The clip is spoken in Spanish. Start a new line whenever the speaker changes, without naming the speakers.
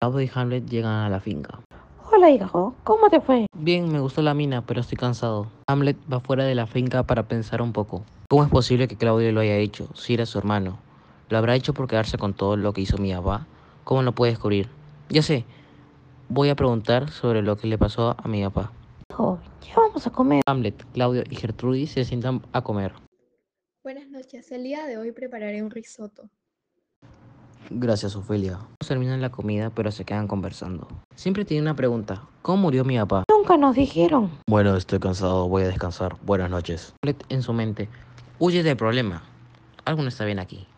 Gabo y Hamlet llegan a la finca.
Hola, hijo, ¿cómo te fue?
Bien, me gustó la mina, pero estoy cansado. Hamlet va fuera de la finca para pensar un poco. ¿Cómo es posible que Claudio lo haya hecho, si era su hermano? ¿Lo habrá hecho por quedarse con todo lo que hizo mi papá? ¿Cómo lo puede descubrir? Ya sé, voy a preguntar sobre lo que le pasó a mi papá.
Hijo, ya vamos a comer.
Hamlet, Claudio y Gertrudis se sientan a comer.
Buenas noches, el día de hoy prepararé un risotto.
Gracias, Ofelia. Terminan la comida, pero se quedan conversando. Siempre tiene una pregunta. ¿Cómo murió mi papá?
Nunca nos dijeron.
Bueno, estoy cansado, voy a descansar. Buenas noches.
Hamlet en su mente. Huye del problema. Algo no está bien aquí.